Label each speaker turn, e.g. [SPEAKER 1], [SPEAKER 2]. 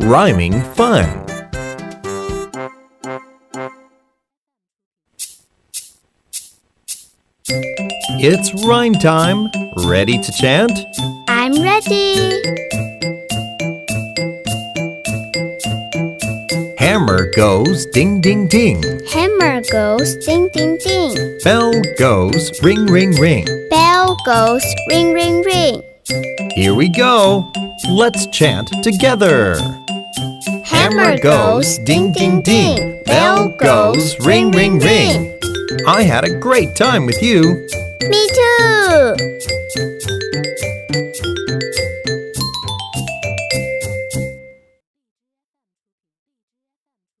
[SPEAKER 1] Rhyming fun. It's rhyme time. Ready to chant?
[SPEAKER 2] I'm ready.
[SPEAKER 1] Hammer goes ding ding ding.
[SPEAKER 2] Hammer goes ding ding ding.
[SPEAKER 1] Bell goes ring ring ring.
[SPEAKER 2] Bell goes ring ring ring.
[SPEAKER 1] Here we go. Let's chant together.
[SPEAKER 2] Hammer goes ding ding ding. Bell goes ring ring ring.
[SPEAKER 1] I had a great time with you.
[SPEAKER 2] Me too.